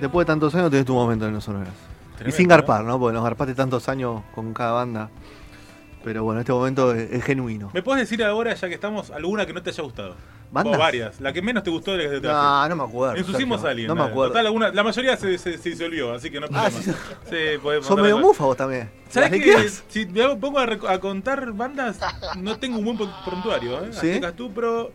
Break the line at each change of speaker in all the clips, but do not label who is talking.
Después de tantos años tenés tu momento en los sonoras. Y
¿eh?
sin garpar, ¿no? Porque nos garpaste tantos años con cada banda. Pero bueno, este momento es, es genuino.
¿Me puedes decir ahora, ya que estamos, alguna que no te haya gustado?
¿Bandas?
O varias. La que menos te gustó de la que te traje.
No, no me acuerdo.
Ensucimos
Sergio.
a alguien.
No me
dale.
acuerdo.
Total, alguna- la mayoría se, se, se disolvió, así que no hay
Ah,
problema.
sí,
Sí, podés
Son
mandar
medio ¿eh?
a-
mufa vos también.
¿Sabes
¿Las
qué?
liquidás?
Si me pongo a, rec- a contar bandas, no tengo un buen pon- prontuario. ¿eh?
¿Sí?
Azteca Estupro,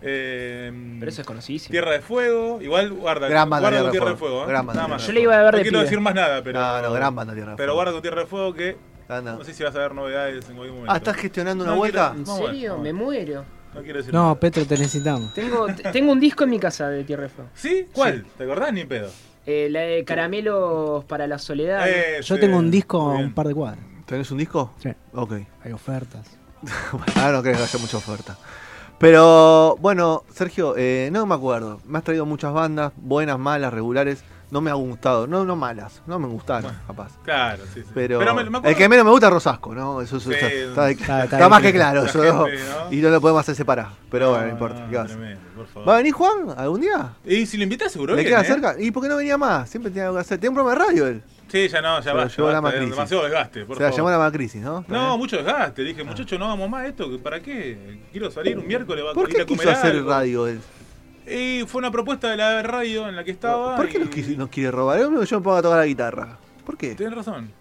eh,
Pero eso es conocidísimo.
Tierra de Fuego, igual guarda,
Gran banda Tierra de
guarda con Tierra de
Fuego.
Fuego. ¿eh?
Gran banda
Nada
Tierra de
más.
Yo le iba a ver
no
de
quiero
pibe.
decir más nada, pero.
No, no, gran banda Tierra de
Pero
Fuego.
guarda con Tierra de Fuego que
Anda.
no sé si vas a ver novedades en cualquier momento.
Ah, ¿estás gestionando una
No
vuelta?
¿En
Vamos a ver,
serio?
vamos a
Me
ver.
muero.
No quiero decir
No,
nada.
Petro, te necesitamos.
Tengo, t- tengo un disco en mi casa de Tierra de Fuego.
¿Sí? ¿Cuál? ¿Te acordás ni en pedo?
Eh, la de Caramelos para la Soledad.
Eh,
Yo tengo un disco a
Muy bien.
un par de cuadras.
¿Tenés un disco?
Sí.
Ok.
Hay ofertas.
Ah, no crees que haya mucha oferta. Pero bueno, Sergio, eh, no me acuerdo. Me has traído muchas bandas, buenas, malas, regulares. No me ha gustado. No, no malas. No me gustaron, capaz.
Claro, sí, sí.
Pero,
me, me acuerdo-
el que menos me gusta es Rosasco, ¿no? Eso, eso-
Sí,
está, está-
está-
está
está
más que
bien.
claro.
La
eso,
gente,
¿no?
¿no?
Y no lo podemos hacer separar. Pero bueno, no importa.
Ah,
¿qué va a hacer?
tremendo, por favor.
¿Va a venir Juan algún día?
Y si lo invitas, seguro
¿Le
viene,
queda
¿eh?
cerca? ¿Y por qué no venía más? Siempre tenía algo que hacer. Tiene un programa de radio él.
Sí, ya no, ya
Se lo
va.
llevó la matriz.
demasiado desgaste,
O
por
sea, llamó
favor.
la ¿eh? Macrisis, ¿no?
No, mucho desgaste. Dije, muchacho, no vamos más a esto. ¿Para qué? Quiero salir un miércoles. Va
¿Por
ir
qué
a comer
quiso hacer
algo.
radio él?
Y fue una propuesta de la radio en la que estaba.
¿Por qué
y-
nos, quiso- nos quiere robar? Es lo único que yo me pongo a tocar la guitarra. ¿Por qué?
Tenés razón.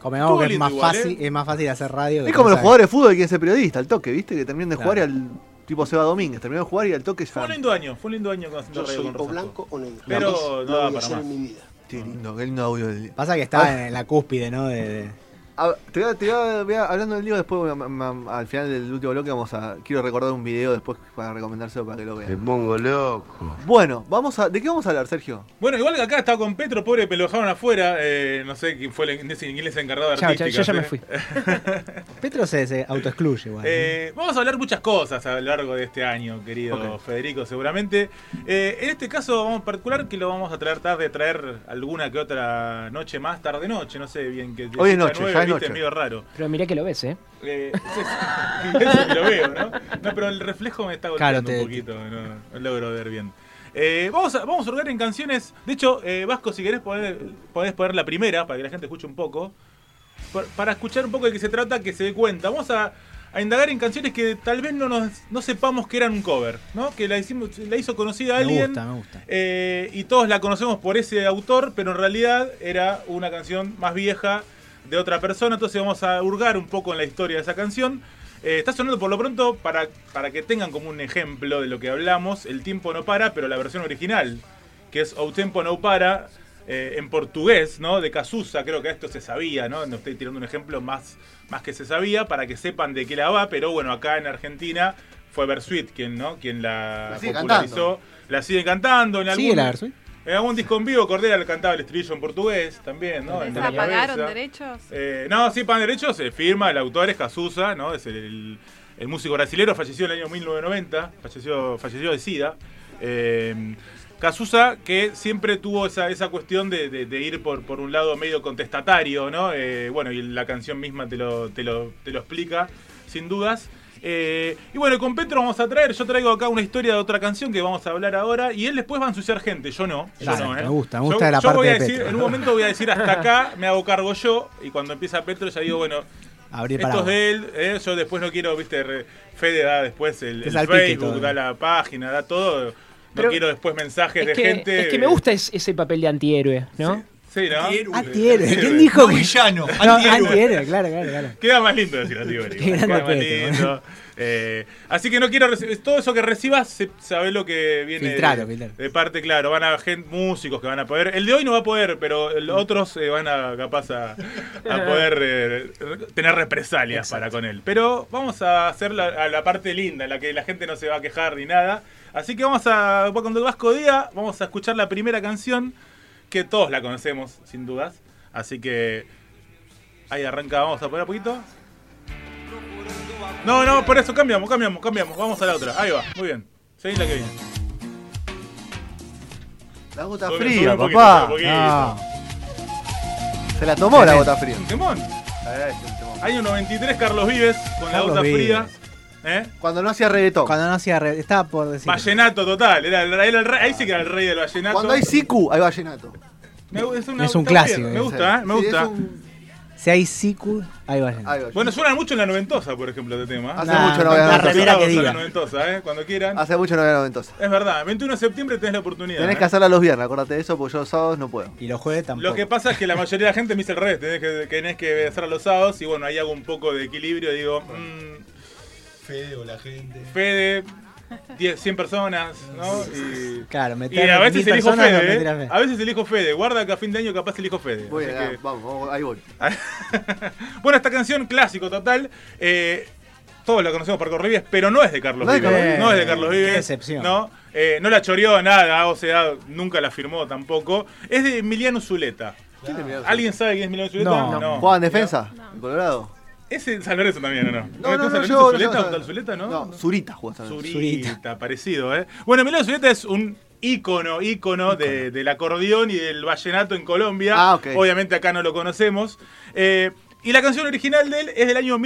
Convengamos que
Estuvo
es más,
lindo igual,
fácil,
¿eh?
es más fácil hacer radio. que
Es como los
pensar.
jugadores de fútbol que quieren ser periodistas, al toque, ¿viste? Que terminan de
Claro.
jugar y al tipo Seba Domínguez terminó de jugar y al toque
Fue
ya.
un lindo año. Fue un lindo año con haciendo
Yo
radio
soy
con
o
Rosasco.
blanco o negro.
Pero
Ambos
no
no
da
voy a
para
hacer
más.
en mi vida.
Qué lindo, qué lindo audio del día.
Pasa que
Ah.
está en la cúspide, ¿no? De, de-
A- Ah, te voy a- te voy a- voy a- hablando del libro, después ma- ma- al final del último bloque vamos a. Quiero recordar un video después para recomendárselo para que lo
Me
vean.
pongo loco.
Bueno, vamos a. ¿De qué vamos a hablar, Sergio?
Bueno, igual que acá estaba con Petro, pobre, pero lo dejaron afuera. eh, no sé quién fue el, quién es el encargado de
Chao,
artística.
chao, yo ya me
¿sí?
fui.
Petro se, se autoexcluye, igual. ¿no?
Eh, vamos a hablar muchas cosas a lo largo de este año, querido
Ok.
Federico, seguramente. Eh, en este caso, vamos en particular que lo vamos a tratar tarde, traer alguna que otra noche más, tarde noche, no sé bien que
Hoy es noche, ya es noche.
medio raro.
Pero mirá que lo ves, ¿eh?
Eh, eso lo veo, ¿no? No, pero el reflejo me está golpeando
Claro, te-
un poquito, no, no logro ver bien. Eh, vamos, a, vamos a hurgar en canciones. De hecho, eh, Vasco, si querés, poner, podés poner la primera para que la gente escuche un poco. Pa- para escuchar un poco de qué se trata, que se dé cuenta. Vamos a, a indagar en canciones que tal vez no, nos, no sepamos que eran un cover, ¿no? Que la, hicimos, la hizo conocida
me
alguien.
gusta, me gusta.
Eh, y todos la conocemos por ese autor, pero en realidad era una canción más vieja de otra persona. Entonces vamos a hurgar un poco en la historia de esa canción. Eh, está sonando por lo pronto para, para que tengan como un ejemplo de lo que hablamos. El tiempo no para, pero la versión original, que es O Tempo No Para, eh, en portugués, ¿no? De Casusa, creo que esto se sabía, ¿no? No estoy tirando un ejemplo más, más que se sabía para que sepan de qué la va, pero bueno, acá en Argentina fue Bersuit quien, ¿no? quien la,
La sigue
popularizó. La siguen cantando en algún,
¿Sigue la versión?
en algún disco en vivo, Cordera le cantaba el estribillo en portugués también, ¿no? En
¿Ustedes
la
apagaron
cabeza.
derechos?
Eh, no, sí, Pan Derecho se firma, el autor es Casusa, ¿no? Es el, el- el músico brasilero, falleció en el año 1990, falleció, falleció de SIDA. Eh, Casusa, que siempre tuvo esa, esa cuestión de, de- de ir por, por un lado medio contestatario, ¿no? Eh, bueno, y la canción misma te lo, te lo, te lo explica, sin dudas. Eh, y bueno, con Petro vamos a traer, yo traigo acá una historia de otra canción que vamos a hablar ahora, y él después va a ensuciar gente, yo no. yo
Claro,
no, ¿eh?
me gusta, me
Yo-
gusta la
yo
parte
voy a
de
decir,
Petro.
en un momento voy a decir hasta acá, me hago cargo yo, y cuando empieza Petro ya digo, bueno,
Abrir
esto
para.
es de él, eh, yo después no quiero, viste, re- Fede da después el,
Te
el
salpique
Facebook,
todo.
da la página, da todo, no
Pero-
quiero después mensajes
Es
de
que,
gente.
es que me
eh,
gusta es- ese papel de antihéroe, ¿no?
Sí, ¿no?
Antihéroe. ¿Quién dijo que.?
villano,
No,
antihéroe.
antihéroe, claro, claro, claro.
Queda más lindo decir antihéroe.
Qué
igual,
grande
Queda más
Pedro.
lindo. Eh, así que no quiero recibir. Todo eso que recibas, se- sabés lo que viene.
Filtralo,
de,
filtralo.
de parte, claro. Van a gente, músicos que van a poder. El de hoy no va a poder, pero el- otros eh, van a capaz a, a poder eh, re- tener represalias para con él. Pero vamos a hacer la, a la parte linda, la que la gente no se va a quejar ni nada. Así que vamos a. Cuando el Vasco día, vamos a escuchar la primera canción que todos la conocemos, sin dudas. Así que ahí arranca, vamos a poner a poquito. No, no, por eso cambiamos, cambiamos, cambiamos. Vamos a la otra. Ahí va, muy bien. Seguís la que viene.
La gota
Sube, sube
fría,
un poquito,
papá. Ah.
sube un poquito.
No.
Se la tomó la gota fría.
Un temón. este
Ay,
Año 93, Carlos Vives, con
Carlos
la gota
Vives.
fría. ¿Eh?
Cuando no hacía reggaetón. Cuando,
Cuando no hacía re- Estaba por decir.
Vallenato total. Era el, era el rey- ahí sí que era el rey del vallenato.
hay Siku, hay vallenato.
Me gu- una-
Es un
está bien,
clásico,
Me
eh,
gusta, ¿eh? me
Sí,
gusta.
es un-
Si hay Siku, hay vallenato.
hay vallenato.
Bueno, suena mucho en la noventosa, por ejemplo, este tema.
hace
nah,
mucho no
la
había
Están
remera
noventosa.
que
acostumbrados a la
diga.
noventosa, ¿eh? Cuando quieran.
Hace mucho no había noventosa.
Es verdad, 21 de septiembre tenés la oportunidad.
Tenés
¿eh?
que hacerla los viernes, acordate de eso, porque yo los sábados no puedo.
Y los jueves tampoco.
Lo que pasa es que la mayoría de la gente me dice el revés, tenés que, tenés que hacer los sábados y bueno, ahí hago un poco de equilibrio, digo, mm,
Fede o la gente.
Fede, 10, 100 personas, ¿no? Y,
Claro,
y
meter
a veces
mil
elijo
personas no
Fede,
meter
¿eh?
fe.
a veces elijo Fede, guarda que a fin de año capaz elijo Fede.
Voy,
así
ah,
que-
vamos, vamos, ahí voy.
Bueno, esta canción clásico total, eh, todos la conocemos por Corrientes, pero no es de Carlos
No es de
Vives.
Carlos Vives.
No es de Carlos
Qué
Vives.
decepción.
No, Eh, no la choreó nada, o sea, nunca la firmó tampoco. Es de Emiliano Zuleta.
¿Quién te miró?
¿Alguien sabe quién es Emiliano Zuleta?
No.
¿Juega en defensa? ¿En Colorado?
Es en San Lorenzo también, ¿o no?
No, no,
¿Entonces
no,
San
yo.
Lorenzo Zuleta
yo-
o tal Zuleta, no?
No, Zurita juega en San Lorenzo.
Ah, Zurita, parecido, ¿eh? Bueno, Emiliano Zuleta es un ícono, ícono de- del acordeón y del vallenato en Colombia.
Ah, ok.
Obviamente acá no lo conocemos. Eh, y la canción original de él es del año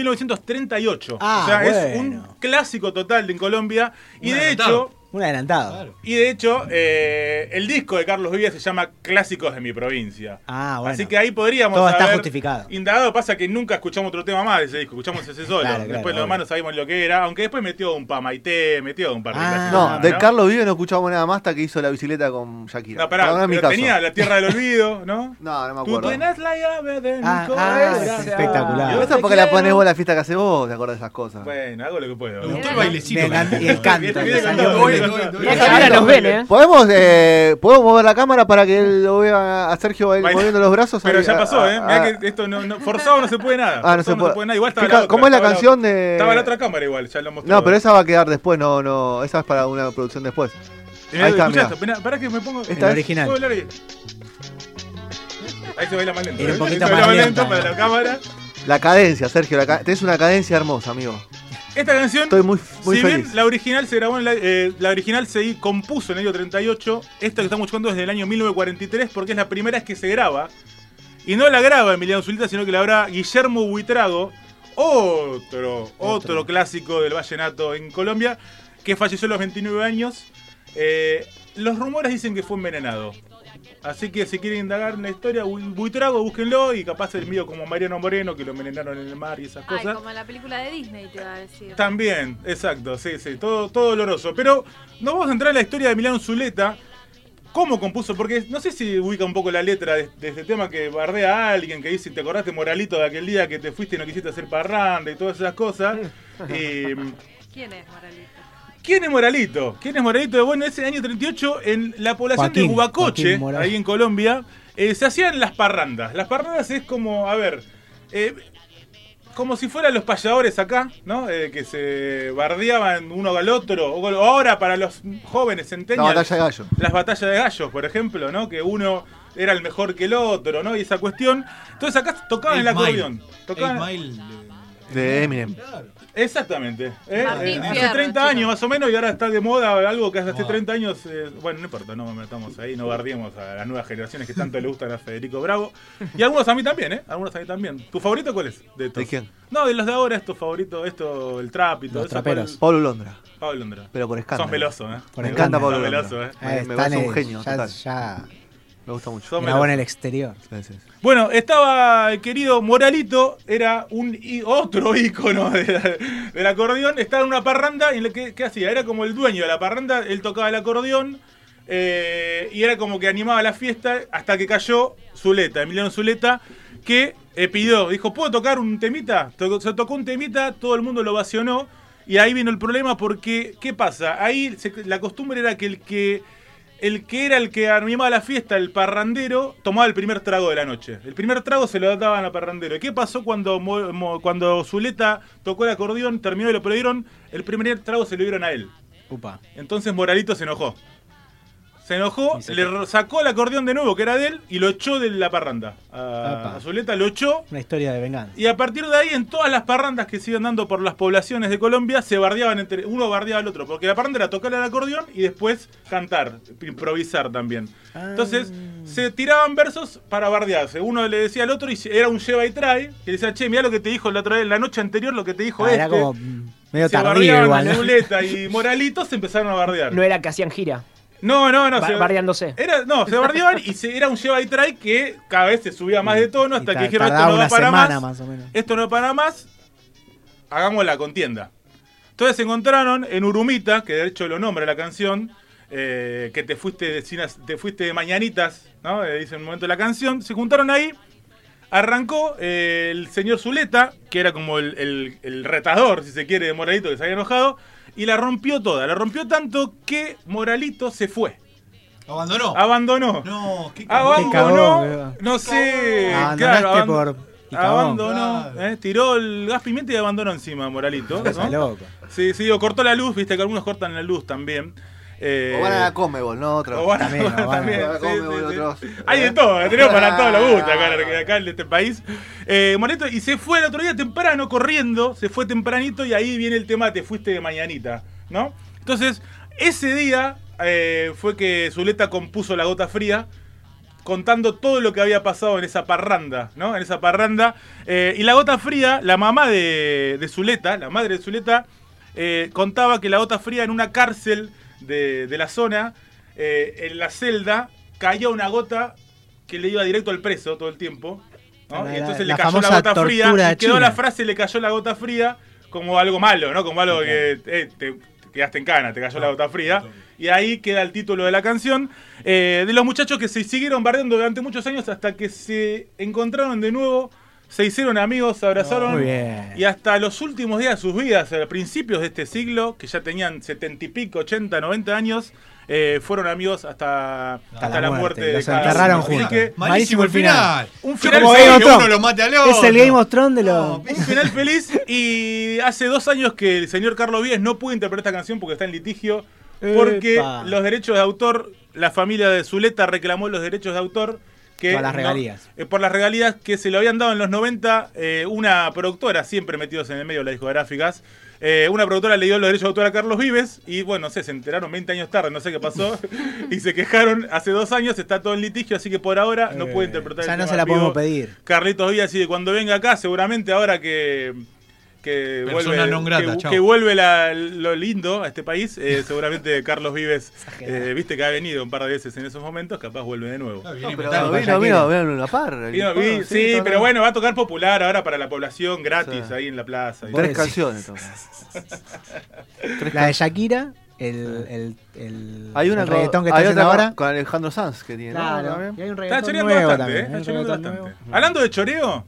1938.
Ah,
o sea, es un
bueno.
clásico total en Colombia. Y
Un
de
adelantado.
hecho,
Un adelantado.
Claro.
y de hecho, eh, el disco de Carlos Vives se llama Clásicos de mi provincia.
Ah, bueno.
Así que ahí podríamos.
Todo está
haber
justificado.
Indagado pasa que nunca escuchamos otro tema más de ese disco, escuchamos ese solo.
Claro, claro,
después los
obvio.
demás no sabíamos lo que era, aunque después metió un Pamaité, metió un par de
Ah.
clásicos
No,
más,
de Carlos Vive no escuchamos nada más hasta que hizo la bicicleta con Shakira.
No, pará,
Pero no es mi
pero
caso.
tenía La Tierra del Olvido, ¿no?
No, no me
Tú
acuerdo.
tenés la llave de mi
Ah, ah,
corazón.
es espectacular.
Yo
Eso
te
es porque la
quiero.
pones vos en la fiesta que hace vos, te acordás de esas cosas.
Bueno, hago lo que puedo.
Me gustó el
Bien.
bailecito.
Del can- y el
Bien,
canto.
bien,
que
bien,
salió.
bien, bien.
Mirá que ahora nos ven, ¿eh?
¿Podemos, eh, ¿Podemos mover la cámara para que él lo vea a Sergio ahí
Baila.
moviendo los brazos?
Pero
Ahí,
ya
a-
pasó, ¿eh? Mirá
a-
que esto no, no- forzado no se puede nada.
Ah,
Forzado
no se puede.
nada. Igual estaba
Fija-
la otra,
¿Cómo es la
estaba
canción de.?
Estaba la otra cámara igual, ya lo mostré.
No, pero esa va a quedar después, no, no. Esa es para una producción después.
Eh,
Ahí está, mirá.
Pará que me pongo.
Esta
El
es-
original.
¿Puedo hablar ahí? Ahí se baila más lento.
Era un
¿eh?
poquito
se baila
más lenta,
para
¿no?
la cámara.
La cadencia, Sergio. La ca- Tenés una cadencia hermosa, amigo.
Esta canción,
Estoy muy, muy
si
feliz.
bien la original se grabó en la, eh, la original se compuso en el año 38, esta que estamos escuchando es del año 1943 porque es la primera vez que se graba. Y no la graba Emiliano Zulita, sino que la graba Guillermo Buitrago, otro, otro, clásico del vallenato en Colombia, que falleció a los 29 años. Eh, los rumores dicen que fue envenenado. Así que si quieren indagar en la historia, Bu- Buitrago, búsquenlo y capaz el mío como Mariano Moreno, que lo envenenaron en el mar y esas
Ay,
cosas.
como la película de Disney te va a decir.
También, exacto, sí, sí, todo, todo doloroso. Pero nos vamos a entrar en la historia de Milán Zuleta. ¿Cómo compuso? Porque no sé si ubica un poco la letra de, de este tema que bardea a alguien, que dice, ¿te acordaste, Moralito, de aquel día que te fuiste y no quisiste hacer parranda y todas esas cosas? Y,
¿Quién es Moralito?
¿Quién es Moralito? ¿Quién es Moralito? Bueno, ese año 38, en la población
Joaquín,
de Huacoche,
Joaquín Moral.
ahí en Colombia, eh, se hacían las parrandas. Las parrandas es como, a ver, eh, como si fueran los payadores acá, ¿no? Eh, que se bardeaban uno al otro. O ahora para los jóvenes
La
centenials,
batalla de gallo.
las batallas de gallos, por ejemplo, ¿no? Que uno era el mejor que el otro, ¿no? Y esa cuestión. Entonces acá tocaban el
Eight Mile.
acordeón. Tocaban...
Eight Mile, eh,
De Eminem.
Claro.
Exactamente. ¿eh?
Martín
Eh, hace
Fierro,
30
chicos.
años más o menos y ahora está de moda algo que hace
Moda.
30 años... eh, bueno, no importa, no metamos ahí, no bardiemos a las nuevas generaciones que tanto le gustan a Federico Bravo. Y algunos a mí también, ¿eh? Algunos a mí también. ¿Tu favorito cuál es? ¿De, estos?
¿De quién?
No, de los de ahora, estos favoritos, esto, el trap y todo
Los
eso.
traperos.
¿cuál?
Pablo Londra.
Pablo Londra.
Pero por escándalo.
Sos meloso, ¿eh?
Por
Me
escándalo.
encanta
Sos
Pablo
meloso, ¿eh?
Londra.
Eh,
Me- Me
están
parece un
en-
genio.
Ya,
total.
ya
Me gusta mucho.
Sos
grabó en
meloso.
el exterior.
Gracias.
Bueno, estaba el querido Moralito, era un í- otro ícono de la- del acordeón, estaba en una parranda y lo que, ¿qué hacía? Era como el dueño de la parranda, él tocaba el acordeón eh, y era como que animaba la fiesta hasta que cayó Zuleta, Emiliano Zuleta, que eh, pidió, dijo, ¿puedo tocar un temita? Tocó- se tocó un temita, todo el mundo lo vacionó y ahí vino el problema porque, ¿qué pasa? Ahí se- la costumbre era que el que el que era el que animaba la fiesta, el parrandero, tomaba el primer trago de la noche. El primer trago se lo daban al parrandero. ¿Y qué pasó cuando, Mo- Mo- cuando Zuleta tocó el acordeón, terminó y lo prohibieron? El primer trago se lo dieron a él.
Upa.
Entonces Moralito se enojó. Se enojó,
Y se
le ro- sacó el acordeón de nuevo, que era de él, y lo echó de la parranda. A,
Apa.
a Zuleta lo echó.
Una historia de venganza.
Y a partir de ahí, en todas las parrandas que se iban dando por las poblaciones de Colombia, se bardeaban entre. Uno bardeaba al otro. Porque la parranda era tocar el acordeón y después cantar, improvisar también.
Ah.
Entonces, se tiraban versos para bardearse. Uno le decía al otro y era un lleva y trae. Que decía, che, mira lo que te dijo la otra vez, la noche anterior, lo que te dijo
Ah,
este.
era como mm, medio
se
tardío
bardeaban
igual.
a
¿no?
Zuleta y Moralitos se empezaron a bardear.
No era que hacían gira,
No, no, no.
ba-
se-
bardeándose.
era, no, se bardeaban y se, era un lleva y trae que cada vez se subía más de tono hasta
Y
que
tar-
dijeron esto
tardaba
no va
una
para
semana
más.
o menos.
Esto no va para más. Hagamos la contienda. Entonces se encontraron en Urumita, que de hecho lo nombra la canción, eh, que te fuiste de cinas- te fuiste de mañanitas, ¿no? Eh, dice en un momento la canción. Se juntaron ahí. Arrancó eh, el señor Zuleta, que era como el, el- el retador, si se quiere, de Moralito, que se había enojado, y la rompió toda. La rompió tanto que Moralito se fue.
Abandonó.
Ah. Abandonó.
No,
Ah,
qué cagón.
Qué cagón,
Abandonó.
boludo.
No sé.
Abandonaste
Claro, aban-
por. y cagón.
abandonó.
Claro.
eh, tiró el gas pimienta y abandonó encima, Moralito.
Cosa
¿no?
loca.
Sí, sí, o cortó la luz, viste que algunos cortan la luz también. Eh,
O van a la Comebol, no otra.
o van a-
También, o van a-
también,
o van a
sí,
Comebol,
sí, sí.
otros.
Hay de todo, ¿eh? tenemos para todos los gustos
Ah.
acá, en- acá en este país. Eh, Moralito, y se fue el otro día temprano, corriendo, se fue tempranito y ahí viene el tema, te fuiste de mañanita, ¿no? Entonces, ese día eh, fue que Zuleta compuso La Gota Fría, contando todo lo que había pasado en esa parranda, ¿no? En esa parranda. Eh, y la gota fría, la mamá de, de Zuleta, la madre de Zuleta, eh, contaba que la gota fría en una cárcel de, de la zona, eh, en la celda, caía una gota que le iba directo al preso todo el tiempo. ¿no?
La-
y entonces
la
le cayó la
famosa
gota fría.
tortura
Y quedó
china.
la frase, le cayó la gota fría como algo malo, ¿no? Como algo que eh, te, te quedaste en cana, te cayó
Ah,
la gota fría. Y ahí queda el título de la canción. eh, de los muchachos que se siguieron bardeando durante muchos años hasta que se encontraron de nuevo, se hicieron amigos, se abrazaron.
Oh, Muy bien.
Y hasta los últimos días de sus vidas, a principios de este siglo, que ya tenían setenta y pico, 80, 90 años, eh, fueron amigos hasta, hasta la, muerte. de
los
cada uno.
enterraron
Así
juntos.
que,
Malísimo el final.
un
Yo
final
como
feliz.
Game of
que
Thrones.
uno lo mate al otro.
Es el Game of Thrones de los.
No,
Un final feliz y hace dos años que el señor Carlos Víez no pudo interpretar esta canción porque está en litigio, porque
Epa.
los derechos de autor, la familia de Zuleta reclamó los derechos de autor. Que
Por las
no-
regalías.
eh, por las regalías que se le habían dado en los 90 eh, una productora, siempre metidos en el medio de las discográficas, eh, una productora le dio los derechos de autor a Carlos Vives y bueno, no sé, se enteraron 20 años tarde, no sé qué pasó, y se quejaron hace dos años, está todo en litigio, así que por ahora no puede interpretar
Ya
el
no
tema
se la
en vivo.
podemos pedir.
Carlitos Díaz, y cuando venga acá, seguramente ahora que. Que
Persona
vuelve,
non grata,
que-
chao.
que vuelve la- lo lindo a este país, eh, seguramente Carlos Vives,
Exagerado.
eh, viste que ha venido un par de veces en esos momentos, capaz vuelve de nuevo.
Ah,
No,
bien,
pero
inventado.
vino, vino, vino, vino una par. el
Vino-
disparo,
vi- sí,
está
pero
bien.
bueno, va a tocar popular ahora para la población gratis
Sí.
ahí en la plaza. y-
Tres
Pobre-
canciones. entonces.
La de Shakira, el, el, el,
Hay una
el
con-
reggaetón que está
hay
haciendo
otra con-
ahora.
con Alejandro Sanz que tiene. ¿no?
Claro,
También.
y hay un
Está
reggaetón
choreando
nuevo
bastante,
también. hay
eh, está
un
choreando
reggaetón
bastante.
nuevo.
Hablando de choreo,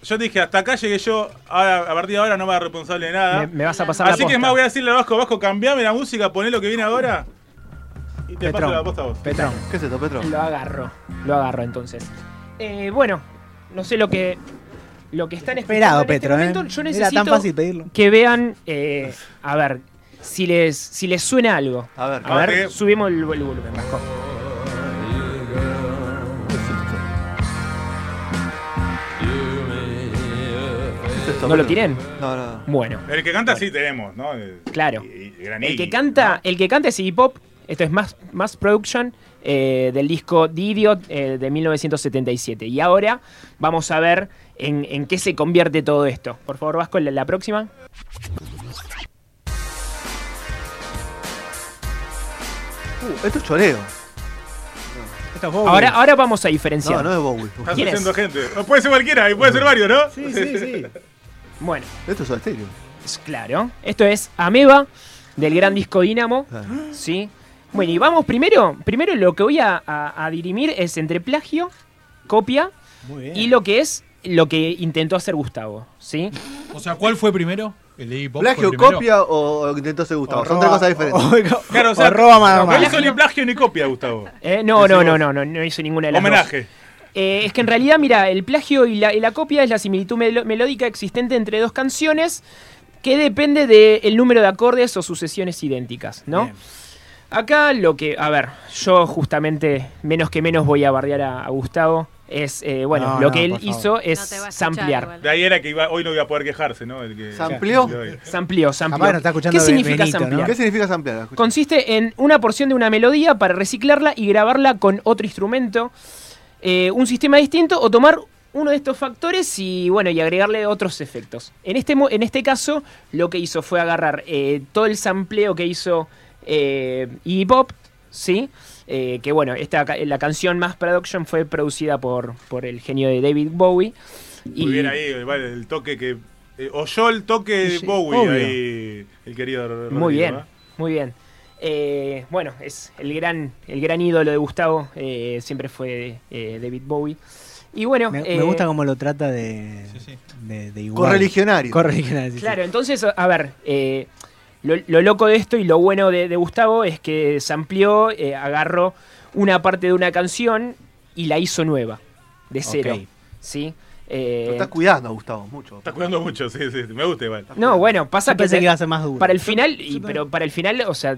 yo te dije, hasta acá llegué yo, ahora- a partir de ahora no me hago responsable de nada.
Me, me vas a pasar la
Ah, Así que es
posta.
más, voy a decirle a Vasco, Vasco, cambiame la música, poné lo que viene ahora y te paso
Petrón.
la posta a vos.
Petrón.
¿Qué es esto, Petro?
Lo agarro, lo agarro entonces. Eh, bueno, no sé lo que lo que están
Esperado,
esperando.
Petro,
en este
¿eh?
momento. Yo
Era tan
necesito
fácil pedirlo.
que vean, eh, a ver, si les si les suena algo.
A ver,
A
Ah,
ver,
sí.
subimos el, vol- el volumen, Vasco.
¿qué es esto,
¿No lo
Petro?
tienen?
No, no.
Bueno,
El que canta sí tenemos, ¿no? El-
Claro.
y- y Gran
el
Iggy.
que canta, el que canta es Iggy Pop. Esto es Mass, Mass Production eh, del disco The Idiot eh, de 1977. Y ahora vamos a ver en, en qué se convierte todo esto. Por favor, Vasco, la- la próxima.
Uh, esto es choreo.
Esto es Bowie.
Ahora, ahora vamos a diferenciar.
No, no es Bowie.
Está
¿Quién
asociando
es?
gente. O puede ser cualquiera, y puede ser varios, ¿no?
Sí, sí, sí.
Bueno,
Esto es estéreo.
es claro. Esto es Ameba del gran disco Dynamo. ¿sí? Bueno, y vamos primero. Primero lo que voy a, a- a dirimir es entre plagio, copia
Muy bien.
y lo que es lo que intentó hacer Gustavo. ¿sí?
O sea, ¿cuál fue primero? El de hip hop. fue
¿Plagio,
primero.
copia o o intentó ser Gustavo? Son tres cosas diferentes.
Claro,
Claro,
o sea,
roba más
No hizo
más.
ni plagio ni copia, Gustavo.
Eh, no,
Decimos-
no, no, no, no, no hizo ninguna de las dos.
Homenaje.
Eh, es que en realidad, mira, el plagio y la, y la copia es la similitud melo- melódica existente entre dos canciones que depende del número de acordes o sucesiones idénticas, ¿no?
Bien.
Acá lo que, a ver, yo justamente menos que menos voy a bardear a, a Gustavo. Es, eh, bueno,
No,
lo
no,
que él
por favor.
hizo
No
es
te va a escuchar
samplear.
igual.
De ahí era que iba, hoy no iba a poder quejarse, ¿no? El que,
¿Samplió?
Samplió,
Capaz
samplió.
no está escuchando
¿Qué
Be-
significa
Benito, ¿no?
samplear?
¿Qué significa samplear?
Consiste en una porción de una melodía para reciclarla y grabarla con otro instrumento, eh, un sistema distinto o tomar uno de estos factores y bueno y agregarle otros efectos. En este, mo- en este caso lo que hizo fue agarrar eh, todo el sampleo que hizo eh, Iggy Pop, ¿sí? Eh, que bueno, esta, ca- la canción más production fue producida por, por el genio de David Bowie.
Muy bien ahí, igual, el toque que. eh, oyó el toque de
Sí,
Bowie
obvio.
ahí, el querido Rodrigo,
Muy bien,
¿eh?
muy bien. Eh, bueno, es el gran, el gran ídolo de Gustavo, eh, siempre fue eh, David Bowie. Y bueno,
Me,
eh,
me gusta cómo lo trata de,
Sí, sí.
de, de igual.
Correligionario.
Correligionario, sí, sí.
Claro, entonces, a ver, eh, lo, lo loco de esto y lo bueno de, de Gustavo es que se amplió, eh, agarró una parte de una canción y la hizo nueva, de cero.
Ok.
¿sí? Eh,
Lo estás cuidando, Gustavo, mucho.
Está cuidando mucho, sí, sí. Me gusta igual.
no, bueno,
Yo
pasa que,
pensé
te-
que iba a ser más duro.
para el final, y, pero para el final, o sea,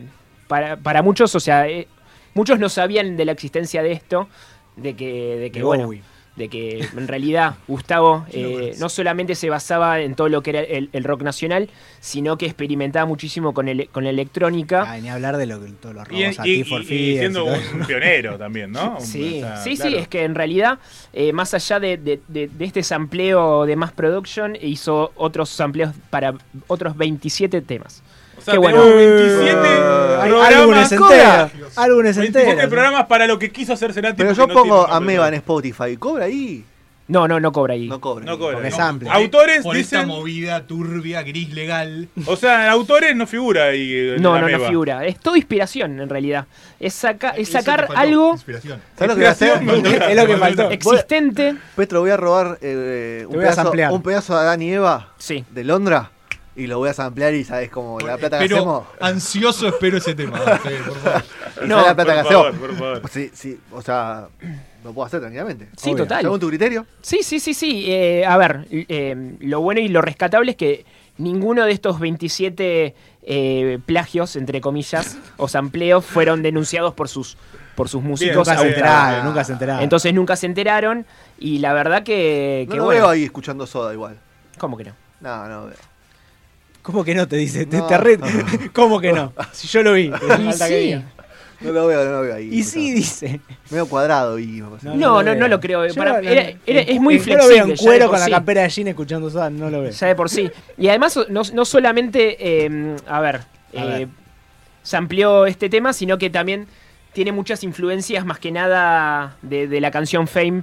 para, para muchos, o sea, eh, muchos no sabían de la existencia de esto, de que, de que
De
bueno,
Bowie.
de que en realidad Gustavo eh, no solamente se basaba en todo lo que era el, el rock nacional, sino que experimentaba muchísimo con, el, con la electrónica.
Ah, ni hablar de lo, que- todos los
Y,
robos a
y-
ti for
y- y
Fears y
siendo
todo.
un pionero también, ¿no? Un-
Sí,
o sea,
sí, sí,
claro.
es que en realidad, eh, más allá de, de- de- de este sampleo de Mass Production, hizo otros sampleos para otros 27 temas.
O sea,
qué
tenemos
bueno.
27
Hay
programas.
álbumes enteros. Álbumes
27
enteros.
programas para lo que quiso hacerse Nati.
Pero
porque
yo
no
pongo
tiene
a Meba en
nombre.
Spotify. ¿Cobra ahí?
No, no, no cobra ahí.
No
este
cobra.
No cobra.
Porque
no.
es amplio.
Autores
Por esta
dicen.
movida turbia, gris legal.
O sea, en autores no figura ahí. eh,
No,
la
no, no
Meba.
figura. Es todo inspiración, en realidad. Es, saca- es
Eso te
sacar
faltó,
algo
Inspiración.
¿Sabes lo que voy a hacer?
Inspiración, me gusta.
Es lo que faltó.
existente.
Petro, voy a robar eh, un,
voy a
pedazo,
samplear.
un pedazo de Adán y Eva
Sí.
de Londra y lo voy a samplear y sabes como la plata que
Espero-
hacemos.
ansioso espero ese tema. Fede, por favor.
Y
No,
sabés la plata que
Por
hacemos.
favor, por favor.
Sí, sí, o sea, lo puedo hacer tranquilamente.
Sí,
Obvio.
total.
Según tu criterio.
Sí, sí, sí, sí. Eh, a ver, l- eh, lo bueno y lo rescatable es que ninguno de estos 27 eh, plagios, entre comillas, o sampleos, fueron denunciados por sus, por sus músicos.
Nunca se
eh,
Bien.
ah,
autores.
enteraron, nunca se enteraron.
Entonces nunca se enteraron y la verdad que...
No
que
lo
bueno,
veo ahí escuchando soda igual.
¿Cómo que no?
No, no veo.
¿Cómo que no? Te dice. Te,
No.
te arre- ¿Cómo que no? Si yo lo vi.
Y
Falta que
sí.
diga.
No lo veo, no lo veo ahí.
Y sí, dice.
Medio cuadrado y me parece.
No,
No, no, no lo creo.
Yo
Para-
no-
era- era- es muy
Yo lo veo
flexible,
en
ya de
cuero
por
con la
sí.
campera de jean escuchando Soda, no lo veo.
Ya de por sí. Y además, no, no solamente, eh, a ver,
A
eh,
ver.
se amplió este tema, sino que también tiene muchas influencias, más que nada, de, de la canción Fame,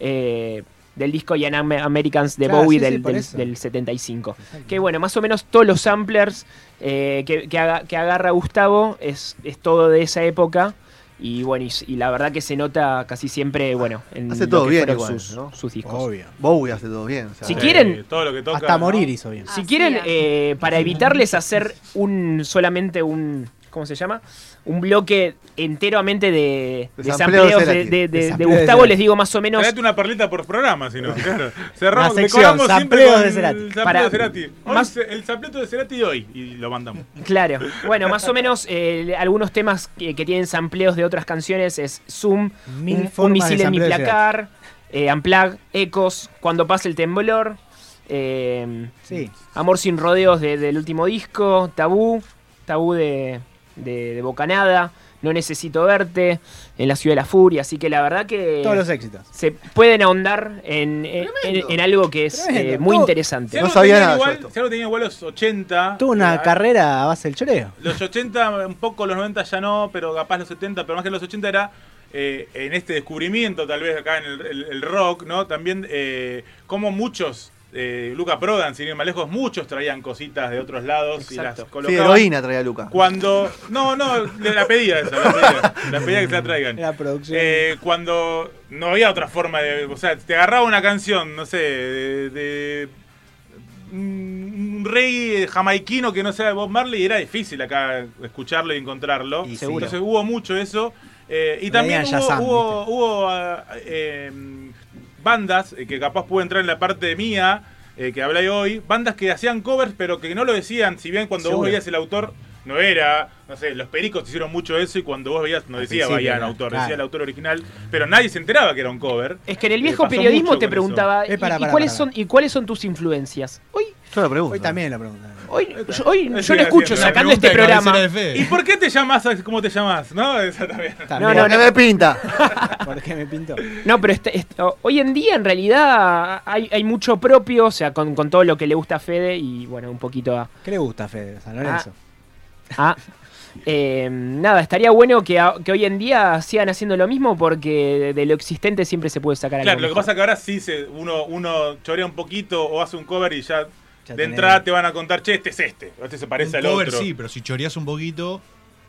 eh, del disco Young Am- Americans de
Claro,
Bowie
Ah, sí, sí,
del,
por
del-
eso.
del 75. Que bueno, más o menos todos los samplers eh, que, que aga- que agarra Gustavo es, es todo de esa época. Y bueno, y, s- y la verdad que se nota casi siempre, bueno, en
Hace
lo
todo
que
bien
fueron
igual,
sus,
¿no?
sus discos.
Obvio.
Bowie hace todo bien. o sea, eh,
Si
Sí,
quieren-
todo lo que toca,
Hasta
¿no?
morir hizo bien.
Si quieren,
Hacía.
eh, para evitarles hacer un solamente un. ¿Cómo se llama? Un bloque enteramente de,
De
de
sampleo de
sampleos de,
Cerati.
de-
De
de- de
sampleo de
Gustavo,
Cerati.
les digo más o menos.
Traete una perlita por programa, si no. Claro. Cerramos,
Una sección,
decoramos siempre
sampleos
con
de Cerati.
El sampleo
Para-
de Cerati. Hoy
más-
se- el sampleto de Cerati de hoy. Y lo mandamos.
Claro. Bueno, más o menos eh, algunos temas que, que tienen sampleos de otras canciones es Zoom,
Mil
un- un,
formas
misil
de
en mi
sampleo de
placar, eh, Unplug, Ecos, Cuando pasa el temblor, eh,
Sí.
Amor sin rodeos de- del último disco, Tabú, Tabú de, de- de Bocanada, No necesito verte, En la ciudad de la furia, así que la verdad que
Todos los éxitos.
se pueden ahondar en, en-
Tremendo.
en algo que es
Tremendo.
eh, muy
Todo-
interesante.
Si algo
sabía
tenían
nada yo
igual-
esto.
Si algo tenía igual los 80.
Tuvo una
eh,
carrera a base del choreo.
Los 80, un poco los 90 ya no, pero capaz los 70, pero más que los 80 era eh, en este descubrimiento, tal vez acá en el, el- el rock, ¿no? También eh, como muchos, eh, Luca Prodan, sin ir más lejos, muchos traían cositas de otros lados y
Exacto.
las
sí,
colocaban.
heroína traía Luca.
Cuando. No, no, le la pedía esa, la pedía, la pedía que se la traigan.
La producción.
Eh, cuando no había otra forma de. O sea, te agarraba una canción, no sé, de. de- un un reggae jamaiquino que no sea de Bob Marley y era difícil acá escucharlo y encontrarlo.
Y seguro.
Entonces hubo mucho eso. eh, y también
Brian
hubo,
Shazam,
hubo- hubo, ah, eh, bandas eh, que capaz pude entrar en la parte mía eh, que hablé hoy. Bandas que hacían covers pero que no lo decían, si bien cuando vos
Seguro.
veías el autor No era, no sé, los pericos hicieron mucho eso y cuando vos veías, no decía
principio,
Bahiano
¿no?
autor,
Claro.
decía el autor original, pero nadie se enteraba que era un cover.
Es que en el
Eh,
viejo
pasó
periodismo
mucho
te
con
preguntaba,
eso.
¿y,
Eh, pará,
y
pará,
cuáles
pará.
Son, ¿y cuáles son tus influencias? Hoy,
Yo la pregunto.
Hoy también la pregunta.
hoy, yo, hoy
Es
yo lo
cierto,
escucho
es cierto.
sacando este programa.
¿Y por qué te llamas cómo te llamas? ¿No? Esa también.
También,
No, no, no me pinta.
Porque me pintó.
No, pero este- este- hoy en día en realidad hay, hay mucho propio, o sea, con, con todo lo que le gusta a Fede y bueno, un poquito a...
¿Qué le gusta a Fede San Lorenzo?
a- Ah, eh, nada, estaría bueno que, a- que hoy en día sigan haciendo lo mismo porque de, de lo existente siempre se puede sacar
Claro,
algo.
lo que
mejor.
pasa que ahora sí se, uno, uno chorea un poquito o hace un cover y ya,
Ya
de
tenés-
entrada te van a contar, che, este es este, o este se
Un
parece al
cover
otro.
sí, pero si choreas un poquito,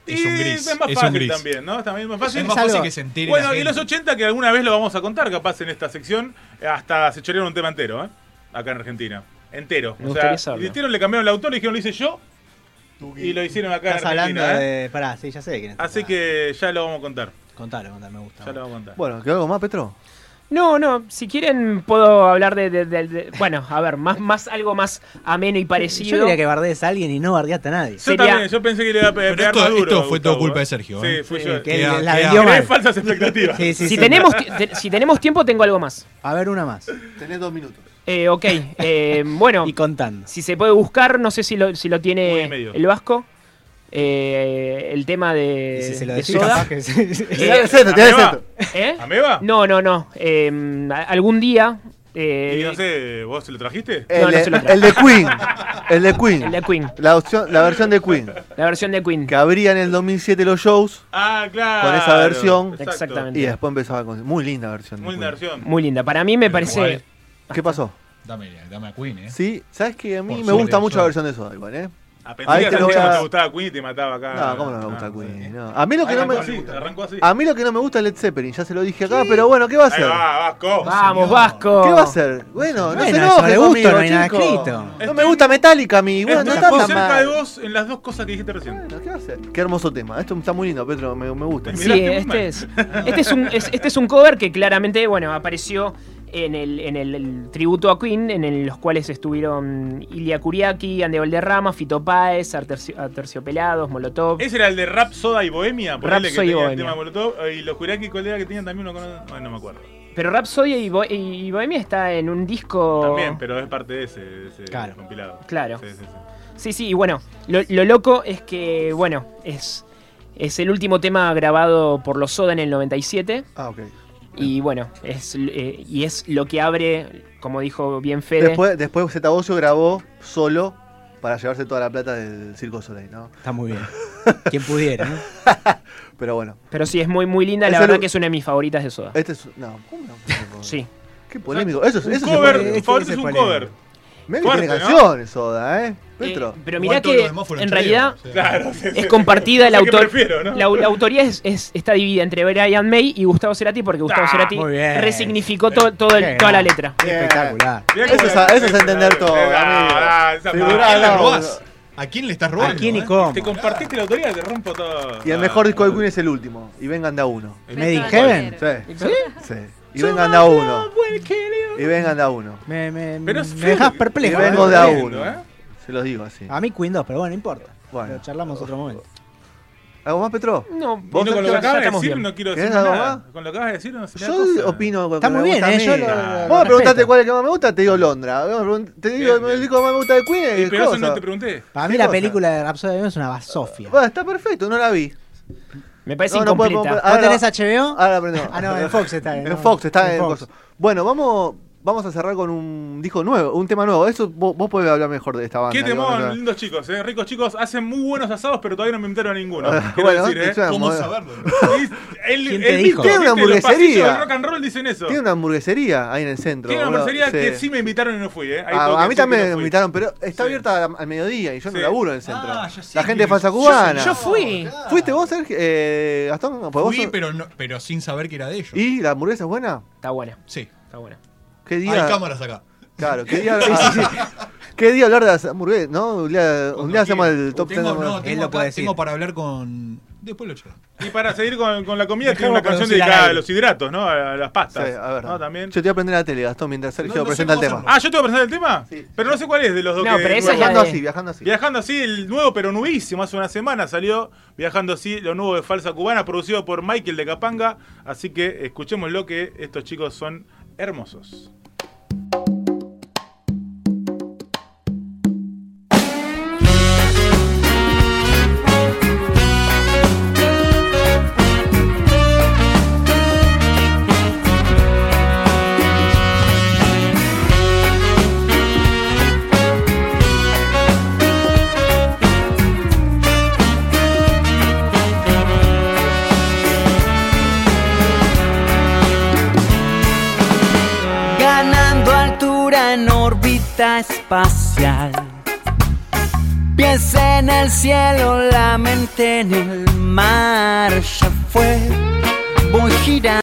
Y
es un gris.
Es más
es
fácil
un gris.
también, ¿no? También es más fácil.
Es más
Es
fácil
algo-
que se entere.
Bueno,
la
y los
gente.
80 que alguna vez lo vamos a contar, capaz en esta sección, eh, hasta se chorearon un tema entero, ¿eh? Acá en Argentina. Entero.
Me
o
gustaría
sea,
saberlo.
y hicieron- le cambiaron el autor y dijeron, lo hice yo. Y lo hicieron acá
Estás
en Argentina.
hablando
¿eh?
de. Pará, sí, ya sé de quién estás
Así
hablando.
que ya lo vamos a contar.
Contalo, contalo, me gusta.
Ya lo vamos a contar.
Bueno, ¿quedó algo más, Petro?
No, no, si quieren puedo hablar de... de- de- de- bueno, a ver, más, más algo más ameno y parecido.
Yo quería que bardees a alguien y no bardeaste a nadie.
yo
sería-
también, yo pensé que le iba a pe-
Pero
pegar
esto-
más duro.
esto fue todo
Gustavo,
culpa
¿eh?
de Sergio,
Sí,
¿eh?
fui
Sí,
yo.
que
Queda-
la
queda-
vendió
Creé
mal.
falsas expectativas.
Sí, sí,
si,
sí.
tenemos, te- si tenemos tiempo tengo algo más.
A ver, una más.
Tenés dos minutos.
Eh, ok, eh, bueno,
Y contando.
si se puede buscar, no sé si lo, si lo
Muy
tiene
en medio.
el Vasco. eh, el tema de,
Y si se lo
de
decís,
Soda.
capaz que sí, sí.
Te da el centro, te da el
Ameba.
centro.
¿Eh?
¿Ameba?
No, no, no. eh, a- algún día. eh,
Y no sé, ¿vos se lo trajiste?
El,
no se lo trae.
el de Queen. El de Queen.
El de Queen.
La, opción, la versión de Queen.
La versión de Queen.
Que abría en el 2007 los shows
Ah, claro.
Con esa versión.
Exacto.
Exactamente.
y después empezaba con. Muy linda versión. de
Muy
Queen.
linda versión.
Muy linda. Para mí me
Pero
parece.
igual,
¿Qué pasó?
Dame, dame a Queen, ¿eh?
Sí, sabes que a mí
Por
me
suerte,
gusta
por
mucho la
suerte.
versión de Soda, igual, ¿eh?
Ah, pensé
Ahí
que
te
a
lo voy
Santiago
a-
te gustaba Queen y te mataba acá.
No, ¿cómo no me
ah,
gusta Queen?
bien.
No. A mí lo que no me.
arrancó así, arrancó así.
A mí lo que no me gusta es Led Zeppelin, ya se lo dije acá, pero bueno, ¿qué va a
Ahí
hacer?
va, Vasco.
Vamos,
señor.
Vasco.
¿Qué va a hacer? Bueno, no
Bueno,
se
eso
enoje
le
conmigo,
gusta, no hay nada
chico.
escrito.
No me gusta Metallica a mí, bueno, no
Estoy
está
muy
tan
cerca de
mal.
vos en las dos cosas que dijiste recién.
Bueno, ¿qué va a hacer? Qué hermoso tema, esto está muy lindo, Petro, me, me gusta.
Sí.
Sí,
Miraste muy mal.
este es, este, es un, es- este es un cover que claramente, bueno, apareció en el, en el, el tributo a Queen, en el- los cuales estuvieron Ilya Kuriaki, Ande Valderrama, Fito Páez, Atercio- Aterciopelados, Molotov.
Ese era el de Rap, Soda y Bohemia. Ponele que
Rhapsody y
tenía el
Bohemia.
tema de Molotov. eh, Y los Juraki, ¿cuál era que tenían también uno con. Bueno, no me acuerdo.
Pero Rhapsody y, Bo- y Bohemia está en un disco...
También, pero es parte de ese, de ese
Claro.
compilado.
Claro.
Sí, sí, sí.
Sí, sí, y bueno, lo, lo loco es que, bueno, es, es el último tema grabado por los Soda en el 97.
Ah, ok.
Y bueno, es, eh, y es lo que abre, como dijo bien Fede.
Después, después Zeta Bosio grabó solo para llevarse toda la plata del Circo Soleil, ¿no?
Está muy bien. Quien pudiera, ¿no?
Pero bueno,
Pero sí, es muy, muy linda.
Es
La
el-
verdad que es una de mis favoritas de Soda.
este es. No, ¿cómo no?
Ah. Sí.
Qué polémico. Eso, es-
Un
eso es
cover,
polémico.
este-
favorito es
ese
un
polémico.
cover.
Mirá que
fuerte,
tiene
¿no?
canciones, Soda, ¿eh? Petro.
Eh, pero
Igual
mirá
todos
que
los demás fueron
en
choreos,
realidad
o sea.
Claro, sí, sí.
es compartida la,
Yo que
autor-
prefiero, ¿no?
la, la autoría es, es- está dividida entre Brian May y Gustavo Cerati porque Gustavo
Ah,
Cerati
muy bien.
resignificó to- todo el-
Qué
toda la
gran.
letra.
Qué Espectacular.
Mirá
Eso
cómo
es-
la-
eso es entender todo,
Ah,
amigo.
ah, esa
Figurá,
parte.
¿A quién le
no,
robás? ¿A quién le estás
¿A
robando?
quién y
eh?
cómo?
Te compartiste la autoría, te rompo todo.
Y el mejor disco de Queen es el último. Y vengan de a uno.
Made in
Pensaba que
Heaven.
era.
Sí. Sí. Y vengan de a uno. Y vengan de a uno.
Me, me,
Pero es
me
feo
dejas
lo que-
perplejo.
Y vengo
¿eh?
de a
Tremendo,
uno.
¿eh?
Se los digo así.
A mí Queen 2, pero bueno, no importa.
Bueno.
Lo charlamos otro momento.
¿Algo más, Petro?
No,
¿Vos
Vino con lo que
ya
acabas de
estamos
decir,
bien.
no quiero
¿Querés
decir
algo
nada.
más?
Con lo que acabas de decir, no sé
Yo opino con
Está muy bien, ¿eh? Yo lo, lo- lo
Vos me preguntaste
respeto.
cuál es el que más me gusta, te digo Londra. Vos me pregun- Te digo
Bien, bien.
el disco que más me gusta de Queen es
Pero eso
cosa.
no te pregunté.
Para
¿Qué
mí la
cosa?
película de Rhapsody de Bohemia es una basofia.
Bueno, está perfecto, no la vi.
Me parece
ah, No, no puedo
incompleta.
comprar-
¿No
ahora-
tenés HBO?
Ahora aprendemos.
Ah, no, en Fox está.
En
no,
Fox, está en
Fox.
coso. Bueno, vamos, vamos a cerrar con un disco nuevo, un tema nuevo. Eso vos, vos podés hablar mejor de esta banda.
Qué
que vos no
temón,
sabés.
lindos chicos, eh. ricos chicos, hacen muy buenos asados, pero todavía no me invitaron a ninguno.
Ah,
Quiero
bueno,
decir,
te
eh.
suena
¿Cómo
moderno.
saberlo?
Y El,
¿Quién
el
te dijo?
disco,
Tiene
una
¿viste? Los
hamburguesería.
pasillos del rock and roll dicen eso.
Tiene una hamburguesería ahí en el centro.
Tiene una
boludo.
hamburguesería que
Sí. Ah,
sí me invitaron y no fui, eh. Ahí tengo que
A, a mí
decir que
también
no
me
fui.
invitaron, pero está
Sí.
abierta al, al mediodía y yo no
Sí.
laburo en el centro.
Ah, ya sé
La
que-
gente de falsa
yo-
cubana.
Yo fui.
¿Fuiste vos, Sergio? Eh, Gastón, pues vos
Fui,
sos-
pero, no- pero sin saber que era de ellos.
¿Y la hamburguesa es buena?
Está buena,
Sí.
está buena.
¿Qué
Hay
día?
cámaras acá.
Claro, ¿qué día, sí, sí, sí. ¿Qué día hablar de las hamburguesas? ¿no? Un día, un día hacemos el top 10 de
tengo, no,
hamburguesas.
Él
tengo,
lo
acá-
puede decir.
tengo para hablar con, Después lo charlamos.
Y para seguir con, con la comida, tiene
Dejemos
una canción
producir al
dedicada a
aire.
los hidratos, ¿no? A, a las
Sí,
pastas.
a ver.
¿no? También.
Yo te voy a prender la tele, Gastón, mientras Sergio
no sé
presenta el
cómo
tema.
hacerlo.
Ah, ¿yo tengo que presentar el tema? Pero no sé cuál es de los dos
No,
que...
pero esa es la
Viajando
de-
así, viajando así.
Viajando así, el nuevo pero nuevísimo, hace una semana salió Viajando así, lo nuevo de Falsa Cubana, producido por Michael de Capanga. Así que escuchemos lo que estos chicos son hermosos.
ganando altura en órbita espacial. Piensa en el cielo, la mente en el mar. Ya fue, voy girando.